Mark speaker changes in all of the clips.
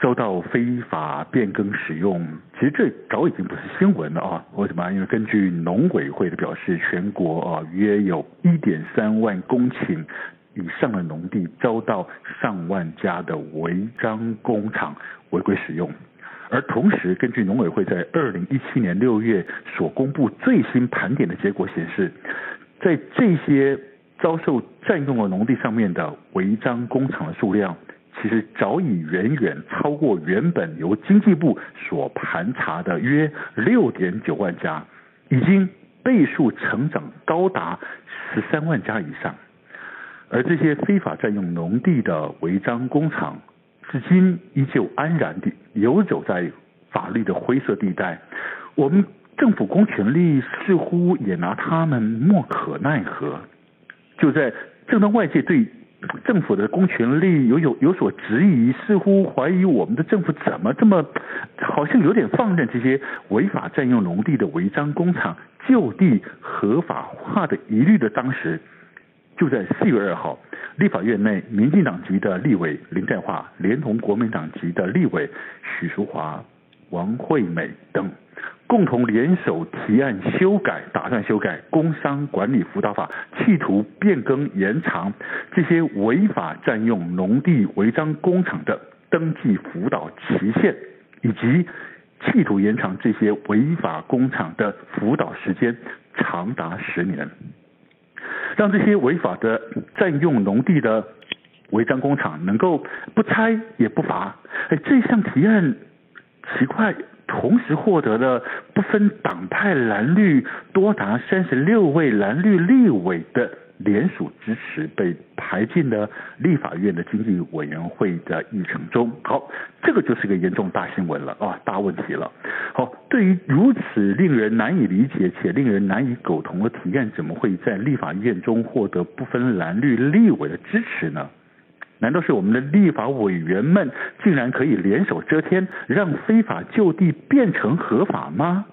Speaker 1: 遭到非法变更使用，其实这早已经不是新闻了啊！为什么？因为根据农委会的表示，全国啊约有一点三万公顷以上的农地遭到上万家的违章工厂违规使用。而同时，根据农委会在二零一七年六月所公布最新盘点的结果显示，在这些遭受占用的农地上面的违章工厂的数量，其实早已远远超过原本由经济部所盘查的约六点九万家，已经倍数成长高达十三万家以上。而这些非法占用农地的违章工厂，至今依旧安然地游走在法律的灰色地带。我们政府公权力似乎也拿他们莫可奈何。就在正当外界对政府的公权力有有有所质疑，似乎怀疑我们的政府怎么这么好像有点放任这些违法占用农地的违章工厂就地合法化的疑虑的当时，就在四月二号，立法院内，民进党籍的立委林黛华，连同国民党籍的立委许淑华、王惠美等，共同联手提案修改，打算修改《工商管理辅导法》，企图变更延长这些违法占用农地违章工厂的登记辅导期限，以及企图延长这些违法工厂的辅导时间长达十年。让这些违法的占用农地的违章工厂能够不拆也不罚。哎，这项提案奇怪，同时获得了不分党派蓝绿多达三十六位蓝绿立委的联署支持，被排进了立法院的经济委员会的议程中。好，这个就是个严重大新闻了啊，大问题了。好，对于如此令人难以理解且令人难以苟同的提案，怎么会在立法院中获得不分蓝绿立委的支持呢？难道是我们的立法委员们竟然可以联手遮天，让非法就地变成合法吗？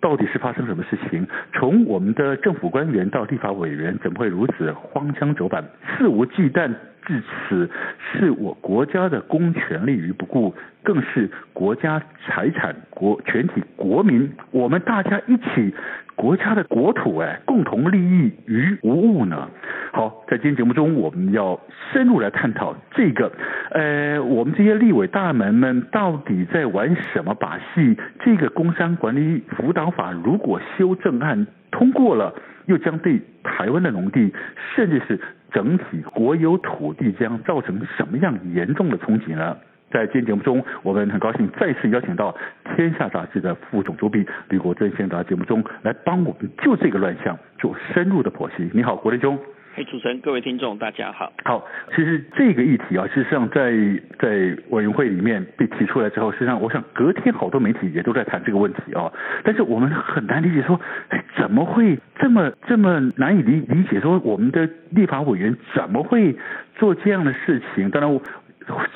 Speaker 1: 到底是发生什么事情？从我们的政府官员到立法委员，怎么会如此荒腔走板、肆无忌惮？至此，是我国家的公权力于不顾，更是国家财产、国全体国民，我们大家一起国家的国土，哎，共同利益于无物呢？好，在今天节目中，我们要深入来探讨这个，呃，我们这些立委大门们到底在玩什么把戏？这个工商管理辅导法如果修正案通过了，又将对台湾的农地，甚至是整体国有土地将造成什么样严重的冲击呢？在今天节目中，我们很高兴再次邀请到《天下》杂志的副总主笔吕国珍先生到节目中来帮我们就这个乱象做深入的剖析。你好，国珍兄。
Speaker 2: 嘿，主持人，各位听众，大家好。
Speaker 1: 好，其实这个议题啊，事实上在在委员会里面被提出来之后，事实上我想隔天好多媒体也都在谈这个问题啊。但是我们很难理解说，哎，怎么会这么这么难以理理解说我们的立法委员怎么会做这样的事情？当然我。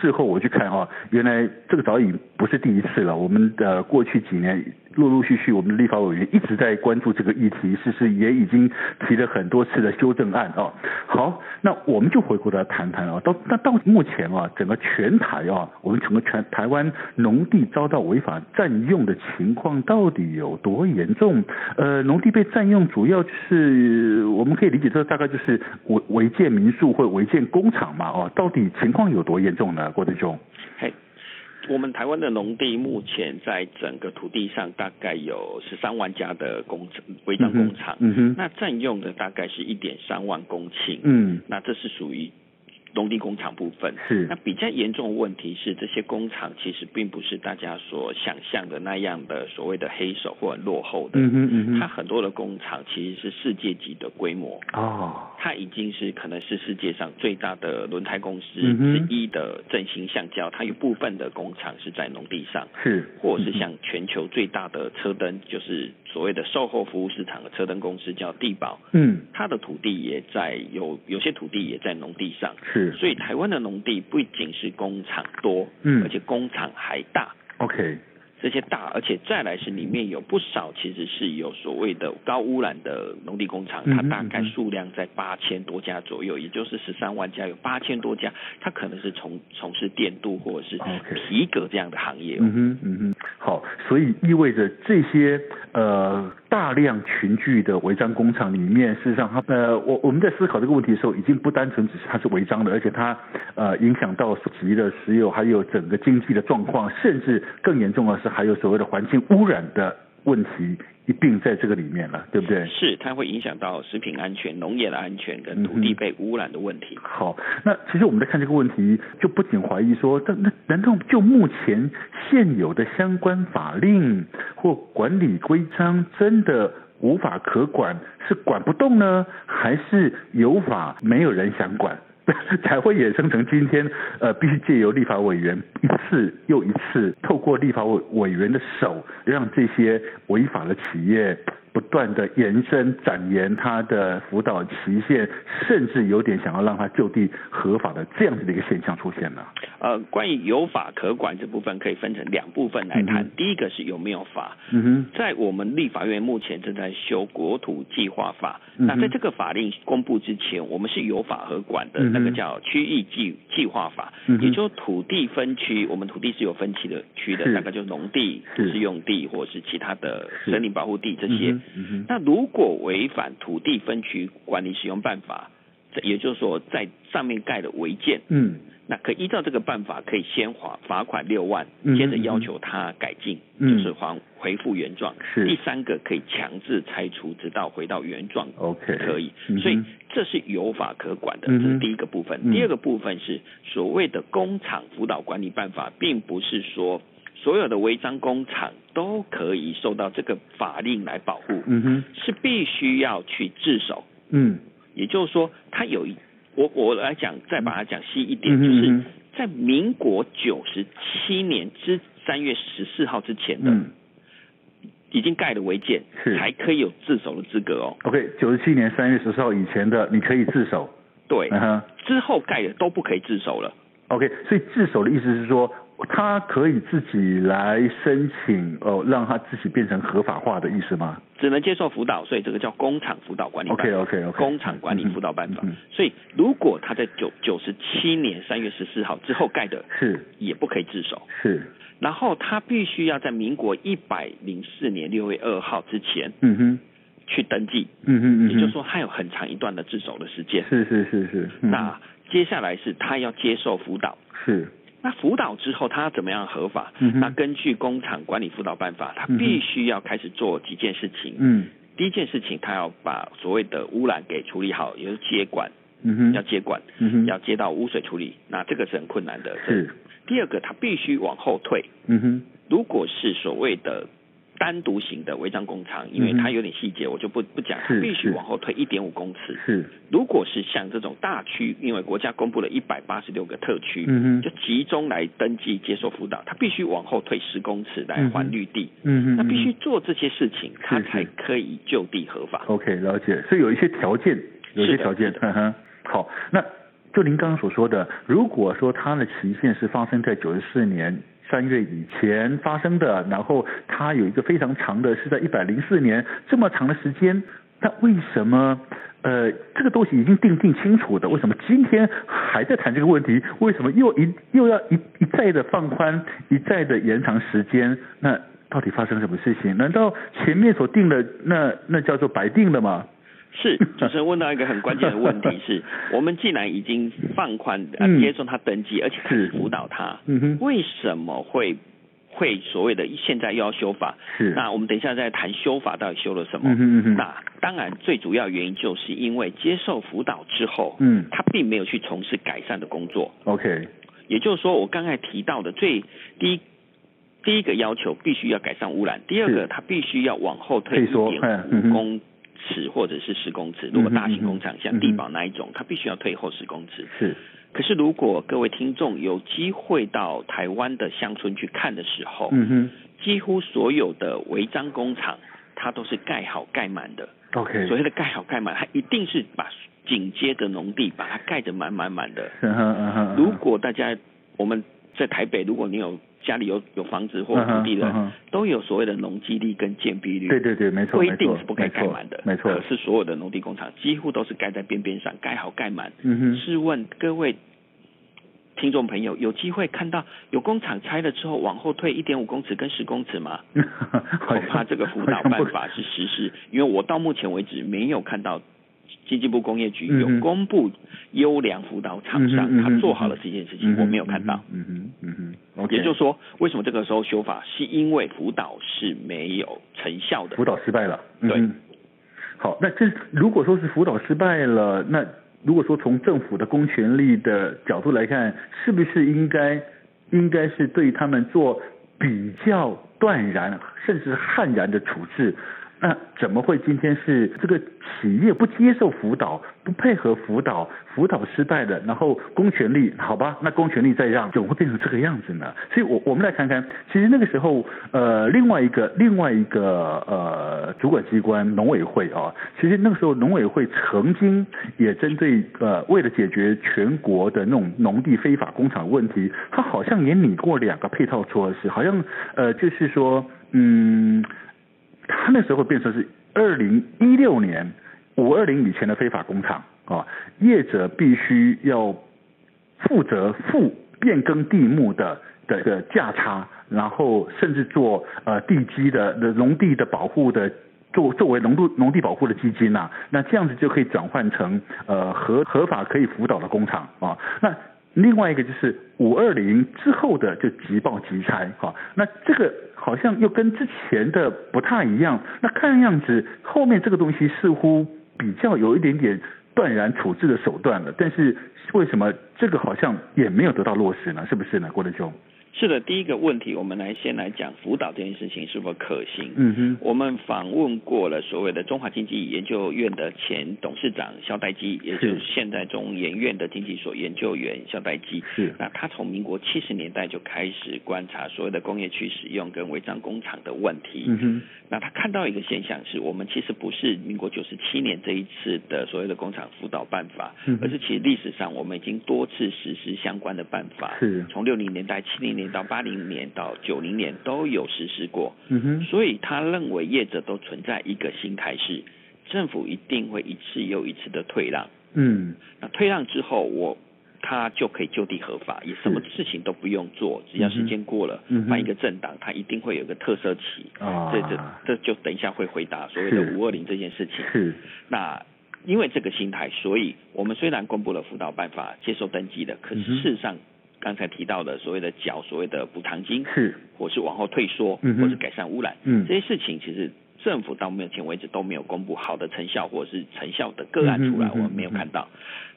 Speaker 1: 事后我去看啊，原来这个早已不是第一次了。我们的过去几年，陆陆续续，我们的立法委员一直在关注这个议题，事实也已经提了很多次的修正案啊。好，那我们就回过头来谈谈啊，到那到目前啊，整个全台啊，我们整个全台湾农地遭到违法占用的情况到底有多严重？呃，农地被占用主要就是我们可以理解这大概就是违违建民宿或违建工厂嘛，哦，到底情况有多严重呢？郭德兄？
Speaker 2: 嘿，我们台湾的农地目前在整个土地上大概有十三万家的工厂违章工厂，
Speaker 1: 嗯哼，
Speaker 2: 那占用的大概是一点三万公顷，
Speaker 1: 嗯，
Speaker 2: 那这是属于农地工厂部分。
Speaker 1: 是
Speaker 2: 那比较严重的问题是，这些工厂其实并不是大家所想象的那样的所谓的黑手或很落后的，
Speaker 1: 嗯哼嗯
Speaker 2: 它
Speaker 1: 哼，
Speaker 2: 很多的工厂其实是世界级的规模，
Speaker 1: 哦，
Speaker 2: 它已经是可能是世界上最大的轮胎公司
Speaker 1: 嗯哼
Speaker 2: 之一的振兴橡胶，它有部分的工厂是在农地上，
Speaker 1: 是，
Speaker 2: 或者是像全球最大的车灯，就是所谓的售后服务市场的车灯公司叫地宝，
Speaker 1: 嗯，
Speaker 2: 它的土地也在有有些土地也在农地上，
Speaker 1: 是
Speaker 2: 所以台湾的农地不仅是工厂多，
Speaker 1: 嗯
Speaker 2: 而且工厂还大。
Speaker 1: ，OK，
Speaker 2: 这些大，而且再来是里面有不少其实是有所谓的高污染的农地工厂，
Speaker 1: 嗯哼
Speaker 2: 它大概
Speaker 1: 嗯哼
Speaker 2: 数量在八千多家左右，也就是十三万家，有八千多家，它可能是从从事电镀或者是
Speaker 1: OK
Speaker 2: 皮革这样的行业哦。
Speaker 1: 嗯哼嗯哼，好，所以意味着这些呃大量群聚的违章工厂里面，事实上它呃我我们在思考这个问题的时候，已经不单纯只是它是违章的，而且它呃影响到所及的石油还有整个经济的状况，甚至更严重的是还有所谓的环境污染的问题一并在这个里面了，对不对？
Speaker 2: 是，它会影响到食品安全、农业的安全跟
Speaker 1: 嗯
Speaker 2: 土
Speaker 1: 哼
Speaker 2: 地被污染的问题。
Speaker 1: 好，那其实我们在看这个问题，就不仅怀疑说，但那难道就目前现有的相关法令或管理规章真的无法可管，是管不动呢，还是有法没有人想管？ 才会衍生成今天，呃，必须借由立法委员一次又一次，透过立法委委员的手，让这些违法的企业不断的延伸、展延它的辅导期限，甚至有点想要让它就地合法的这样子的一个现象出现了。
Speaker 2: 呃，关于有法可管这部分，可以分成两部分来
Speaker 1: 嗯
Speaker 2: 谈
Speaker 1: 哼。
Speaker 2: 第一个是有没有法，
Speaker 1: 嗯哼，
Speaker 2: 在我们立法院目前正在修国土计划法，
Speaker 1: 嗯哼
Speaker 2: 那在这个法令公布之前，我们是有法和管的，
Speaker 1: 嗯哼
Speaker 2: 那个叫区域计计划法，
Speaker 1: 嗯哼
Speaker 2: 也就是土地分区，我们土地是有分区的区的
Speaker 1: 是，
Speaker 2: 大概就是农地、
Speaker 1: 是
Speaker 2: 私用地或者是其他的
Speaker 1: 是
Speaker 2: 森林保护地这些。
Speaker 1: 嗯哼嗯哼
Speaker 2: 那如果违反土地分区管理使用办法，这也就是说在上面盖的违建，
Speaker 1: 嗯
Speaker 2: 那可依照这个办法，可以先罚罚款六万
Speaker 1: 嗯，
Speaker 2: 接着要求他改进，
Speaker 1: 嗯
Speaker 2: 就是还恢复原状。
Speaker 1: 是
Speaker 2: 第三个可以强制拆除，直到回到原状。
Speaker 1: ，OK，
Speaker 2: 可以
Speaker 1: 嗯，哼
Speaker 2: 所以这是有法可管的，
Speaker 1: 嗯
Speaker 2: 这
Speaker 1: 哼
Speaker 2: 是第一个部分。
Speaker 1: 嗯
Speaker 2: 第二个部分是所谓的工厂辅导管理办法，并不是说所有的违章工厂都可以受到这个法令来保护，
Speaker 1: 嗯哼，
Speaker 2: 是必须要去自首。
Speaker 1: 嗯，
Speaker 2: 也就是说，它有一，我我来讲，再把它讲细一点，
Speaker 1: 嗯哼
Speaker 2: 就
Speaker 1: 嗯
Speaker 2: 是
Speaker 1: 哼
Speaker 2: 在民国九十七年之三月十四号之前的，
Speaker 1: 嗯
Speaker 2: 已经盖了违建
Speaker 1: 是，
Speaker 2: 才可以有自首的资格哦。
Speaker 1: ，OK，九十七年三月十四号以前的，你可以自首。
Speaker 2: 对，
Speaker 1: 嗯哼。
Speaker 2: 之后盖的都不可以自首了。
Speaker 1: OK，所以自首的意思是说，他可以自己来申请哦，让他自己变成合法化的意思吗？
Speaker 2: 只能接受辅导，所以这个叫工厂辅导管理办法。
Speaker 1: OK，OK，OK
Speaker 2: 工厂管理辅导办法。
Speaker 1: 嗯嗯嗯
Speaker 2: 所以如果他在九九十七年三月十四号之后盖的，
Speaker 1: 是
Speaker 2: 也不可以自首。
Speaker 1: 是，
Speaker 2: 然后他必须要在民国一百零四年六月二号之前
Speaker 1: 嗯哼，
Speaker 2: 去登记，
Speaker 1: 嗯哼嗯哼，
Speaker 2: 也就是说他有很长一段的自首的时间。
Speaker 1: 是是是是，嗯
Speaker 2: 那接下来是他要接受辅导，
Speaker 1: 是
Speaker 2: 那辅导之后他要怎么样合法？
Speaker 1: 嗯哼
Speaker 2: 那根据工厂管理辅导办法，他
Speaker 1: 嗯哼
Speaker 2: 必须要开始做几件事情。
Speaker 1: 嗯
Speaker 2: 第一件事情，他要把所谓的污染给处理好，也就是接管，
Speaker 1: 嗯哼，
Speaker 2: 要接管，
Speaker 1: 嗯哼
Speaker 2: 要接到污水处理，那这个是很困难的。
Speaker 1: 是
Speaker 2: 第二个，他必须往后退，
Speaker 1: 嗯哼
Speaker 2: 如果是所谓的单独型的违章工厂，因为
Speaker 1: 嗯哼
Speaker 2: 它有点细节，我就不不讲，
Speaker 1: 是
Speaker 2: 它必须
Speaker 1: 是
Speaker 2: 往后退一点五公尺。
Speaker 1: 是
Speaker 2: 如果是像这种大区，因为国家公布了一百八十六个特区，
Speaker 1: 嗯哼
Speaker 2: 就集中来登记接受辅导，它必须往后退十公尺来
Speaker 1: 嗯哼
Speaker 2: 还绿地。
Speaker 1: 嗯哼，
Speaker 2: 那必须
Speaker 1: 嗯
Speaker 2: 做这些事情，它
Speaker 1: 是是
Speaker 2: 才可以就地合法。
Speaker 1: 哼 OK 了解，所以有一些条件，有一些
Speaker 2: 是的
Speaker 1: 条件
Speaker 2: 是，的
Speaker 1: 嗯哼， 好，那就您刚刚所说的，如果说它的期限是发生在九十四年三月以前发生的，然后它有一个非常长的是在一百零四年这么长的时间，那为什么呃这个东西已经定定清楚的，为什么今天还在谈这个问题？为什么又一又要一一再的放宽，一再的延长时间？那到底发生什么事情？难道前面所定的那那叫做白定了吗？
Speaker 2: 是主持人问到一个很关键的问 题是，我们既然已经放宽呃
Speaker 1: 嗯
Speaker 2: 接受他登记，而且开始辅导他，
Speaker 1: 嗯哼，
Speaker 2: 为什么会会所谓的现在又要修法？
Speaker 1: 是，
Speaker 2: 那我们等一下再谈修法到底修了什么。
Speaker 1: 嗯哼嗯哼，
Speaker 2: 那当然，最主要原因就是因为接受辅导之后，
Speaker 1: 嗯
Speaker 2: 他并没有去从事改善的工作。
Speaker 1: ，OK，
Speaker 2: 也就是说，我刚才提到的最第一第一个要求必须要改善污染，第二
Speaker 1: 是
Speaker 2: 个它必须要往后退一
Speaker 1: 退缩
Speaker 2: 点
Speaker 1: 哎嗯
Speaker 2: 五
Speaker 1: 哼
Speaker 2: 公尺或者是十公尺。如果
Speaker 1: 嗯哼
Speaker 2: 大
Speaker 1: 嗯
Speaker 2: 型
Speaker 1: 哼
Speaker 2: 工厂
Speaker 1: 嗯
Speaker 2: 像
Speaker 1: 哼
Speaker 2: 地堡那一种，它必须要退后十公尺。
Speaker 1: 是，
Speaker 2: 可是如果各位听众有机会到台湾的乡村去看的时候，
Speaker 1: 嗯哼
Speaker 2: 几乎所有的违章工厂它都是盖好盖满的。
Speaker 1: ，OK，
Speaker 2: 所谓的盖好盖满，它一定是把紧接着农地把它盖得满满满的。
Speaker 1: 嗯哼嗯哼，
Speaker 2: 如果大家我们在台北，如果你有家里有有房子或
Speaker 1: 嗯哼
Speaker 2: 土地
Speaker 1: 嗯哼
Speaker 2: 的，都有所谓的农基地跟建蔽率。
Speaker 1: 对对对，没错，
Speaker 2: 规
Speaker 1: 没
Speaker 2: 定
Speaker 1: 错
Speaker 2: 是不该盖满的，
Speaker 1: 没错，没错
Speaker 2: 可是所有的农地工厂几乎都是盖在边边上，盖好盖满。
Speaker 1: 嗯哼，
Speaker 2: 试问各位听众朋友，有机会看到有工厂拆了之后往后退一点五公尺跟十公尺吗？
Speaker 1: 好
Speaker 2: 恐
Speaker 1: 像
Speaker 2: 怕这个辅导
Speaker 1: 好像
Speaker 2: 办
Speaker 1: 不
Speaker 2: 法是实施，因为我到目前为止没有看到经济部工业局
Speaker 1: 嗯哼
Speaker 2: 有公布优良辅导厂商、
Speaker 1: 嗯哼嗯哼
Speaker 2: 他做好了这件事情，
Speaker 1: 嗯哼
Speaker 2: 我没有看到。，
Speaker 1: 嗯哼嗯哼嗯哼，
Speaker 2: 也就是
Speaker 1: 是
Speaker 2: 说，为什么这个时候修法，是因为辅导是没有成效的
Speaker 1: 辅。导失败了，嗯
Speaker 2: 对
Speaker 1: 哼。好，那这如果说是辅导失败了，那如果说从政府的公权力的角度来看，是不是应该应该是对他们做比较断然甚至悍然的处置？那怎么会今天是这个企业不接受辅导，不配合辅导，辅导失败了，然后公权力好吧，那公权力再让，怎么会变成这个样子呢？所以我我们来看看，其实那个时候，呃，另外一个另外一个呃主管机关农委会啊，其实那个时候农委会曾经也针对呃为了解决全国的那种农地非法工厂问题，他好像也拟过两个配套措施，好像呃就是说嗯。他那时候变成是二零一六年五二零以前的非法工厂啊，业者必须要负责负变更地目的的的价差，然后甚至做呃地基的的农地的保护的。作作为农地农地保护的基金呐、啊那这样子就可以转换成呃合合法可以辅导的工厂啊。那另外一个就是五二零之后的就即报即拆哈、那这个好像又跟之前的不太一样。那看样子后面这个东西似乎比较有一点点断然处置的手段了，但是为什么这个好像也没有得到落实呢？是不是呢，郭德兄？
Speaker 2: 是的，第一个问题，我们来先来讲辅导这件事情是否可行。
Speaker 1: 嗯哼，
Speaker 2: 我们访问过了所谓的中华经济研究院的前董事长肖代基，也就是现在中研院的经济所研究员肖代基。
Speaker 1: 是
Speaker 2: 那他从民国七十年代就开始观察所谓的工业区使用跟违章工厂的问题。
Speaker 1: 嗯哼，
Speaker 2: 那他看到一个现象是，我们其实不是民国九十七年这一次的所谓的工厂辅导办法，
Speaker 1: 嗯
Speaker 2: 而是其实历史上我们已经多次实施相关的办法，
Speaker 1: 是
Speaker 2: 从六零年代、七零年到八零年到九零年都有实施过。
Speaker 1: 嗯哼，
Speaker 2: 所以他认为业者都存在一个心态是，政府一定会一次又一次的退让，
Speaker 1: 嗯
Speaker 2: 那退让之后我。他就可以就地合法，也什么事情都不用做，只要时间过了
Speaker 1: 嗯哼，
Speaker 2: 换一个政党，他一定会有一个特色期，
Speaker 1: 啊，
Speaker 2: 这这这就等一下会回答所谓的
Speaker 1: 是
Speaker 2: 五二零这件事情。
Speaker 1: 是
Speaker 2: 那因为这个心态，所以我们虽然公布了辅导办法，接受登记的，可是
Speaker 1: 嗯哼
Speaker 2: 事实上刚才提到的所谓的缴所谓的补偿金，
Speaker 1: 是，
Speaker 2: 或是往后退缩，
Speaker 1: 嗯哼
Speaker 2: 或是改善污染，
Speaker 1: 嗯
Speaker 2: 这些事情其实。政府到目前为止都没有公布好的成效或是成效的个案出
Speaker 1: 嗯
Speaker 2: 来，
Speaker 1: 哼嗯
Speaker 2: 我
Speaker 1: 哼
Speaker 2: 们没有看到。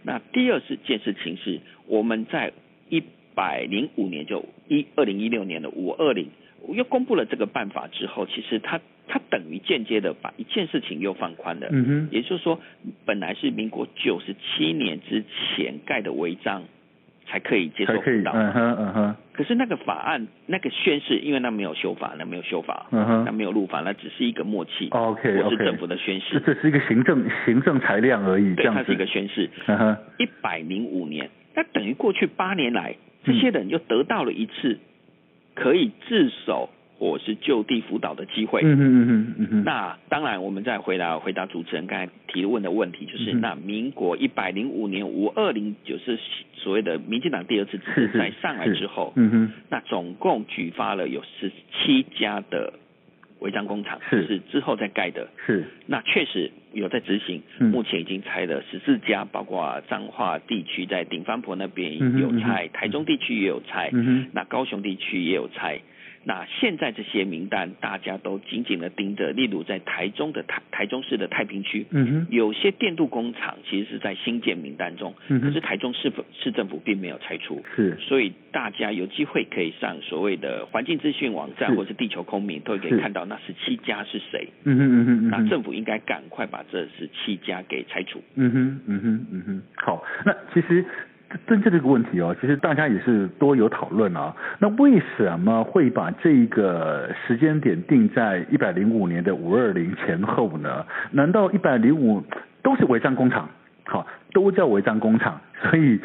Speaker 2: 那第二是件事情是，我们在一百零五年就一二零一六年的五二零又公布了这个办法之后，其实它它等于间接的把一件事情又放宽了。
Speaker 1: 嗯哼，
Speaker 2: 也就是说，本来是民国九十七年之前盖的违章才可以接受
Speaker 1: 才可
Speaker 2: 辅
Speaker 1: 以，
Speaker 2: 导，
Speaker 1: 嗯哼，嗯哼，
Speaker 2: 可是那个法案那个宣誓，因为那没有修法，那没有修法，
Speaker 1: 嗯
Speaker 2: 那
Speaker 1: 哼
Speaker 2: 没有入法，那只是一个默契，
Speaker 1: ，OK
Speaker 2: 我是
Speaker 1: OK，
Speaker 2: 政府的宣
Speaker 1: 这
Speaker 2: 誓，
Speaker 1: 这是一个行政行政裁量而已，这
Speaker 2: 对，
Speaker 1: 样
Speaker 2: 它
Speaker 1: 子
Speaker 2: 是一个宣誓。
Speaker 1: 嗯哼，
Speaker 2: 一百零五年，那等于过去八年来，这
Speaker 1: 嗯
Speaker 2: 些人又得到了一次可以自首或是就地辅导的机会。
Speaker 1: 嗯哼嗯哼嗯哼，
Speaker 2: 那当然，我们再回来回答主持人刚才提问的问题，就是、
Speaker 1: 嗯哼
Speaker 2: 那民国一百零五年五二零就是所谓的民进党第二次
Speaker 1: 是
Speaker 2: 执
Speaker 1: 是嗯
Speaker 2: 政在上来之后，
Speaker 1: 嗯哼，
Speaker 2: 那总共举发了有十七家的违章工厂，
Speaker 1: 是
Speaker 2: 是之后再盖的。
Speaker 1: 是，
Speaker 2: 那确实有在执行，
Speaker 1: 嗯
Speaker 2: 目前已经拆了十四家，包括彰化地区在顶番婆那边
Speaker 1: 嗯哼
Speaker 2: 有拆，
Speaker 1: 嗯哼
Speaker 2: 台中地区也有拆，
Speaker 1: 嗯
Speaker 2: 那高雄地区也有拆。那现在这些名单大家都紧紧的盯着，例如在台中的台台中市的太平区
Speaker 1: 哼，，嗯哼，
Speaker 2: 有些电镀工厂其实是在新建名单中，
Speaker 1: 嗯
Speaker 2: 可是
Speaker 1: 哼，
Speaker 2: 台中市府市政府并没有拆除。
Speaker 1: 是
Speaker 2: 所以大家有机会可以上所谓的环境资讯网站
Speaker 1: 是
Speaker 2: 或是地球公民，都可
Speaker 1: 是
Speaker 2: 以看到那十七家是谁。
Speaker 1: 嗯哼嗯哼嗯
Speaker 2: 那
Speaker 1: 哼，
Speaker 2: 政府应该赶快把这十七家给拆除。
Speaker 1: 嗯哼，嗯哼，嗯哼，好，那其实针对这个问题哦，其实大家也是多有讨论啊。那为什么会把这个时间点定在一百零五年的五二零前后呢？难道一百零五都是违章工厂？好，都叫违章工厂， 所以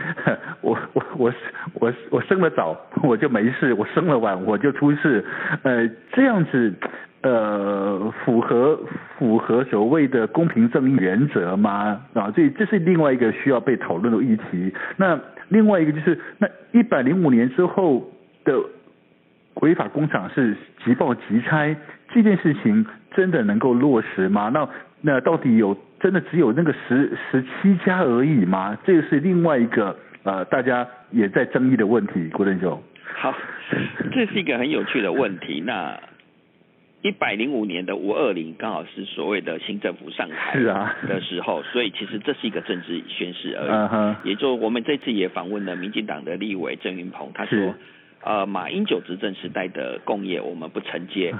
Speaker 1: 我我我我我生了早我就没事，我生了晚我就出事，呃，这样子呃符合符合所谓的公平正义原则吗？啊，所以这是另外一个需要被讨论的议题。那另外一个就是那一百零五年之后的违法工厂是即报即拆，这件事情真的能够落实吗？那那到底有真的只有那个十十七家而已吗？这个是另外一个呃大家也在争议的问题，郭振雄。
Speaker 2: 好， 这是一个很有趣的问题。那一百零五年的五二零刚好是所谓的新政府上台
Speaker 1: 是啊
Speaker 2: 的时候，所以其实这是一个政治宣示而已。
Speaker 1: 嗯哼，
Speaker 2: 也就我们这次也访问了民进党的立委郑云鹏，他
Speaker 1: 是
Speaker 2: 说，呃，马英九执政时代的工业我们不承 接，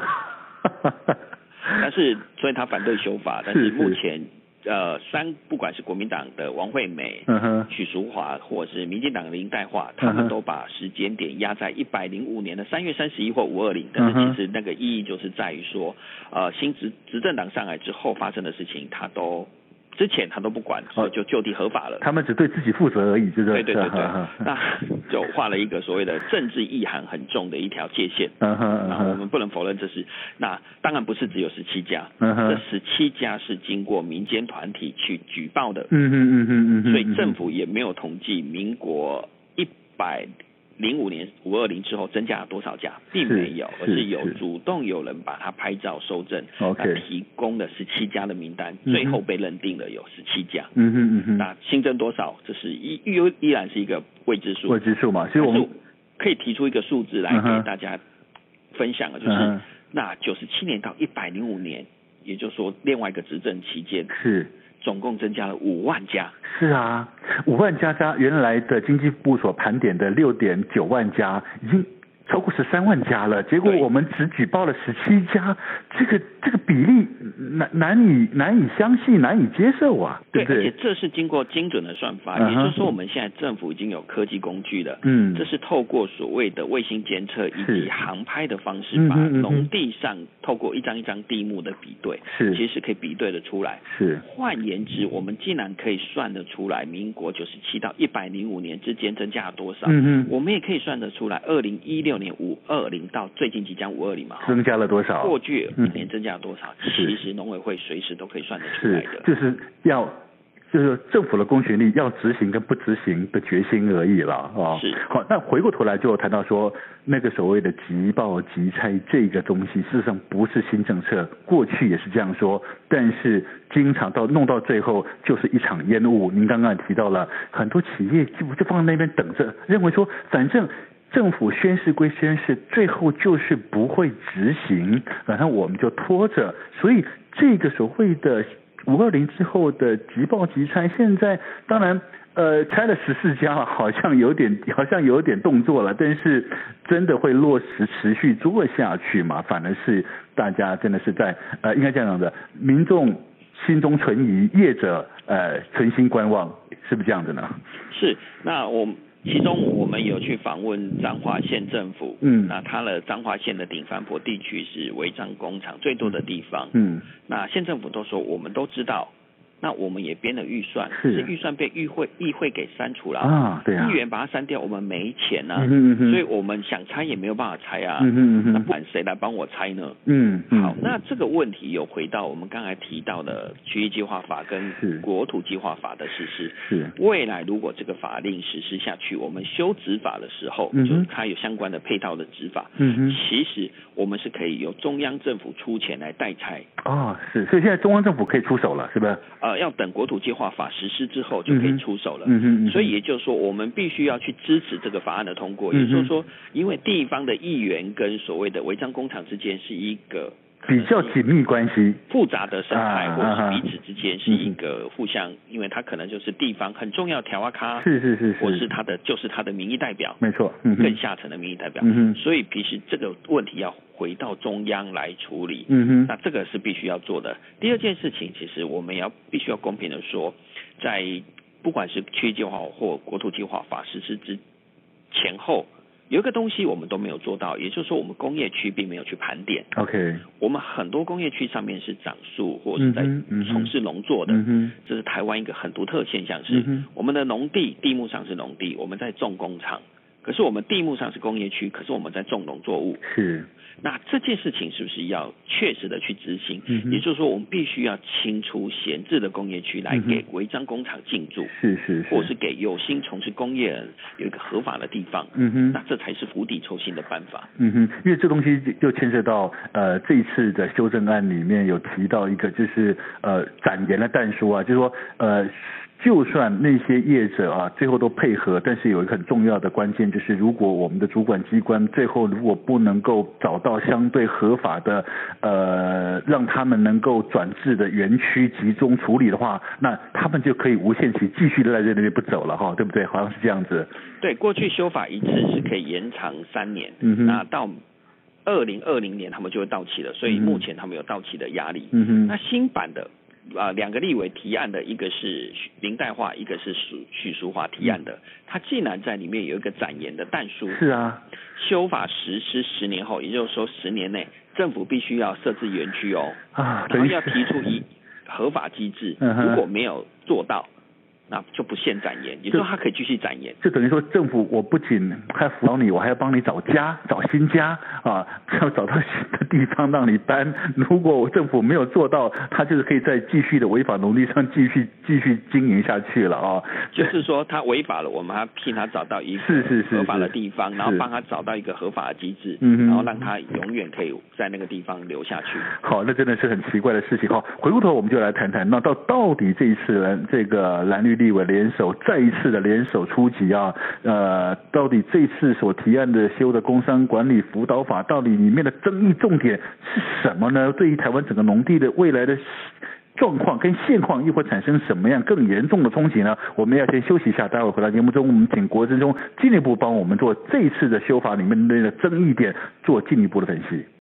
Speaker 2: 但是所以他反对修法，但
Speaker 1: 是
Speaker 2: 是
Speaker 1: 是
Speaker 2: 目前呃三不管是国民党的王惠美、
Speaker 1: 嗯哼，
Speaker 2: 许淑华，或是民进党的林黛华，他
Speaker 1: 嗯哼
Speaker 2: 们都把时间点压在一百零五年的三月三十一或五二零，但
Speaker 1: 嗯哼
Speaker 2: 是其实那个意义就是在于说，呃，新执执政党上来之后发生的事情，他都之前他都不管，所以就就地合法了。
Speaker 1: 哦他们只对自己负责而已，就是，
Speaker 2: 对对对对那就画了一个所谓的政治意涵很重的一条界限。
Speaker 1: 嗯哼嗯
Speaker 2: 那我
Speaker 1: 哼
Speaker 2: 们不能否认这是，那当然不是只有十七家，
Speaker 1: 嗯
Speaker 2: 这
Speaker 1: 哼，
Speaker 2: 十七家是经过民间团体去举报的，
Speaker 1: 嗯哼嗯哼嗯哼，
Speaker 2: 所以政府也没有统计民国一百零五年五二零之后增加了多少家，并没有，
Speaker 1: 是
Speaker 2: 而是有
Speaker 1: 是
Speaker 2: 主动有人把它拍照收证，
Speaker 1: OK
Speaker 2: 那提供了十七家的名单，
Speaker 1: 嗯哼
Speaker 2: 最后被认定了有十七家。
Speaker 1: 嗯哼嗯哼，
Speaker 2: 那新增多少？这是依依依然是一个未知数
Speaker 1: 我，知数嘛，所以我
Speaker 2: 但
Speaker 1: 们
Speaker 2: 是可以提出一个数字来
Speaker 1: 嗯哼
Speaker 2: 给大家分享的，就是、
Speaker 1: 嗯哼
Speaker 2: 那九十七年到一百零五年，也就是说另外一个执政期间，
Speaker 1: 是
Speaker 2: 总共增加了五万家。
Speaker 1: 是啊，五万家加原来的经济部所盘点的六点九万家，已经超过十三万家了。结果
Speaker 2: 对
Speaker 1: 我们只举报了十七家，这个这个比例难难以难以相信，难以接受啊，对不
Speaker 2: 而且
Speaker 1: 对？
Speaker 2: 这是经过精准的算法，
Speaker 1: 嗯哼
Speaker 2: 也就是说我们现在政府已经有科技工具了。
Speaker 1: 嗯，
Speaker 2: 这是透过所谓的卫星监测以
Speaker 1: 是
Speaker 2: 及航拍的方
Speaker 1: 嗯
Speaker 2: 式，
Speaker 1: 哼
Speaker 2: 把
Speaker 1: 嗯哼
Speaker 2: 农地上透过一张一张地目的比对，
Speaker 1: 是
Speaker 2: 其实啊是可以比对的出来。
Speaker 1: 是
Speaker 2: 换言之，我们竟然可以算得出来，民国九十七到一百零五年之间增加了多少？
Speaker 1: 嗯哼，
Speaker 2: 我们也可以算得出来，二零一六年五二零到最近即将五二零嘛，哈
Speaker 1: 增加了多少？
Speaker 2: 过去一年增加了多少？
Speaker 1: 嗯是
Speaker 2: 其实农委会随时都可以算得出来
Speaker 1: 是
Speaker 2: 的，。
Speaker 1: 就是要就是政府的公权力要执行跟不执行的决心而已了哦。
Speaker 2: 是
Speaker 1: 好，那回过头来就谈到说，那个所谓的即报即拆这个东西，事实上不是新政策，过去也是这样说，但是经常到弄到最后就是一场烟雾。您刚刚也提到了，很多企业就就放在那边等着，认为说反正。政府宣誓归宣誓，最后就是不会执行，然后我们就拖着。所以这个所谓的五二零之后的即报即拆，现在当然呃拆了十四家了，好像有点好像有点动作了，但是真的会落实持续做下去吗？反而是大家真的是在呃应该这样讲的，民众心中存疑，业者呃存心观望，是不是这样子呢？
Speaker 2: 是，那我们其中我们有去访问彰化县政府，
Speaker 1: 嗯
Speaker 2: 那它的彰化县的顶番婆地区是违章工厂最多的地方，
Speaker 1: 嗯
Speaker 2: 那县政府都说我们都知道，那我们也编了预算，
Speaker 1: 是
Speaker 2: 这预算被议会议会给删除了，
Speaker 1: 啊，对啊
Speaker 2: 议，员把它删掉，我们没钱呢、
Speaker 1: 嗯哼嗯哼
Speaker 2: 所以我们想拆也没有办法拆啊。
Speaker 1: 嗯哼嗯
Speaker 2: 那
Speaker 1: 哼
Speaker 2: 不然谁来帮我拆呢？
Speaker 1: 嗯嗯，
Speaker 2: 好，那这个问题有回到我们刚才提到的区域计划法
Speaker 1: 是
Speaker 2: 跟国土计划法的实施。
Speaker 1: 是
Speaker 2: 未来如果这个法令实施下去，我们修执法的时候，
Speaker 1: 嗯哼
Speaker 2: 就是它有相关的配套的执法，
Speaker 1: 嗯哼
Speaker 2: 其实我们是可以由中央政府出钱来代拆，
Speaker 1: 啊、是，所以现在中央政府可以出手了，是吧？
Speaker 2: 呃，要等国土计划法实施之后就可
Speaker 1: 嗯哼
Speaker 2: 以出手了。
Speaker 1: 嗯哼嗯哼，
Speaker 2: 所以也就是说，我们必须要去支持这个法案的通过。
Speaker 1: 嗯哼
Speaker 2: 也就是说，因为地方的议员跟所谓的违章工厂之间是一个可能
Speaker 1: 比
Speaker 2: 是
Speaker 1: 较紧密关系，
Speaker 2: 复杂的生态，
Speaker 1: 啊
Speaker 2: 或
Speaker 1: 啊
Speaker 2: 者
Speaker 1: 啊
Speaker 2: 是彼此之间是一个互相，因为它可能就是地方很重要的条啊咖，
Speaker 1: 是是是
Speaker 2: 或是
Speaker 1: 是，
Speaker 2: 他的就是他的民意代表，
Speaker 1: 没错，嗯
Speaker 2: 更
Speaker 1: 哼，
Speaker 2: 下层的民意代表。
Speaker 1: 嗯哼，
Speaker 2: 所以其实这个问题要回到中央来处理。
Speaker 1: 嗯
Speaker 2: 那
Speaker 1: 哼，
Speaker 2: 这个是必须要做的。第二件事情，其实我们要必须要公平的说，在不管是区域计划或国土计划法实施之前后，有一个东西我们都没有做到，也就是说，我们工业区并没有去盘点。
Speaker 1: ，OK，
Speaker 2: 我们很多工业区上面是长树或者是在
Speaker 1: 嗯哼嗯哼
Speaker 2: 从事农作的，
Speaker 1: 嗯哼，
Speaker 2: 这是台湾一个很独特的现象是，
Speaker 1: 嗯哼，
Speaker 2: 我们的农地地目上是农地，我们在种工厂，可是我们地目上是工业区，可是我们在种农作物。
Speaker 1: 是，
Speaker 2: 那这件事情是不是要确实的去执行？
Speaker 1: 嗯哼
Speaker 2: 也就是说，我们必须要清除闲置的工业区，来
Speaker 1: 嗯哼
Speaker 2: 给违章工厂进驻，
Speaker 1: 是是
Speaker 2: 或
Speaker 1: 是，
Speaker 2: 是给有心从事工业人有一个合法的地方。
Speaker 1: 嗯哼，
Speaker 2: 那这才是釜底抽薪的办法。
Speaker 1: 嗯哼，因为这东西就牵涉到呃这一次的修正案里面有提到一个就是呃展延的弹书啊，就是说呃就算那些业者啊最后都配合，但是有一个很重要的关键就是如果我们的主管机关最后如果不能够找到相对合法的呃让他们能够转制的园区集中处理的话，那他们就可以无限期继续赖在那边不走了哈，对不对？好像是这样子，
Speaker 2: 对，过去修法一次是可以延长三年，
Speaker 1: 嗯哼
Speaker 2: 那到二零二零年他们就会到期了，所
Speaker 1: 嗯
Speaker 2: 以
Speaker 1: 哼
Speaker 2: 目前他们有到期的压力。
Speaker 1: 嗯哼，
Speaker 2: 那新版的啊，两、个立委提案的，一个是许林黛华，一个是许许淑华提案的。他竟然在里面有一个展言的弹书，
Speaker 1: 嗯是啊，
Speaker 2: 修法实施十年后，也就是说十年内，政府必须要设置园区哦，
Speaker 1: 啊，
Speaker 2: 然后
Speaker 1: 等于
Speaker 2: 要提出一合法机制，
Speaker 1: 嗯哼
Speaker 2: 如果没有做到，那就不限展言，也就是说他可以继续展言。
Speaker 1: 就等于说政府我不仅还扶老你，我还要帮你找家、找新家啊，要找到新的地方让你搬。如果我政府没有做到，他就是可以再继续的违法奴隶上继续继续经营下去了啊。
Speaker 2: 就是说他违法了，我们还替他找到一个
Speaker 1: 是是是
Speaker 2: 合法的
Speaker 1: 是
Speaker 2: 地方，
Speaker 1: 是
Speaker 2: 然后帮他找到一个合法的机制，
Speaker 1: 嗯哼
Speaker 2: 然后让他永远可以在那个地方留下去。
Speaker 1: 好，那真的是很奇怪的事情。好，回过头我们就来谈谈，那到到底这一次蓝这个蓝绿立委联手再一次的联手出击啊，呃，到底这次所提案的修的工商管理辅导法，到底里面的争议重点是什么呢？对于台湾整个农地的未来的状况跟现况，又会产生什么样更严重的冲击呢？我们要先休息一下，待会儿回到节目中，我们请国政中进一步帮我们做这一次的修法里面的争议点做进一步的分析。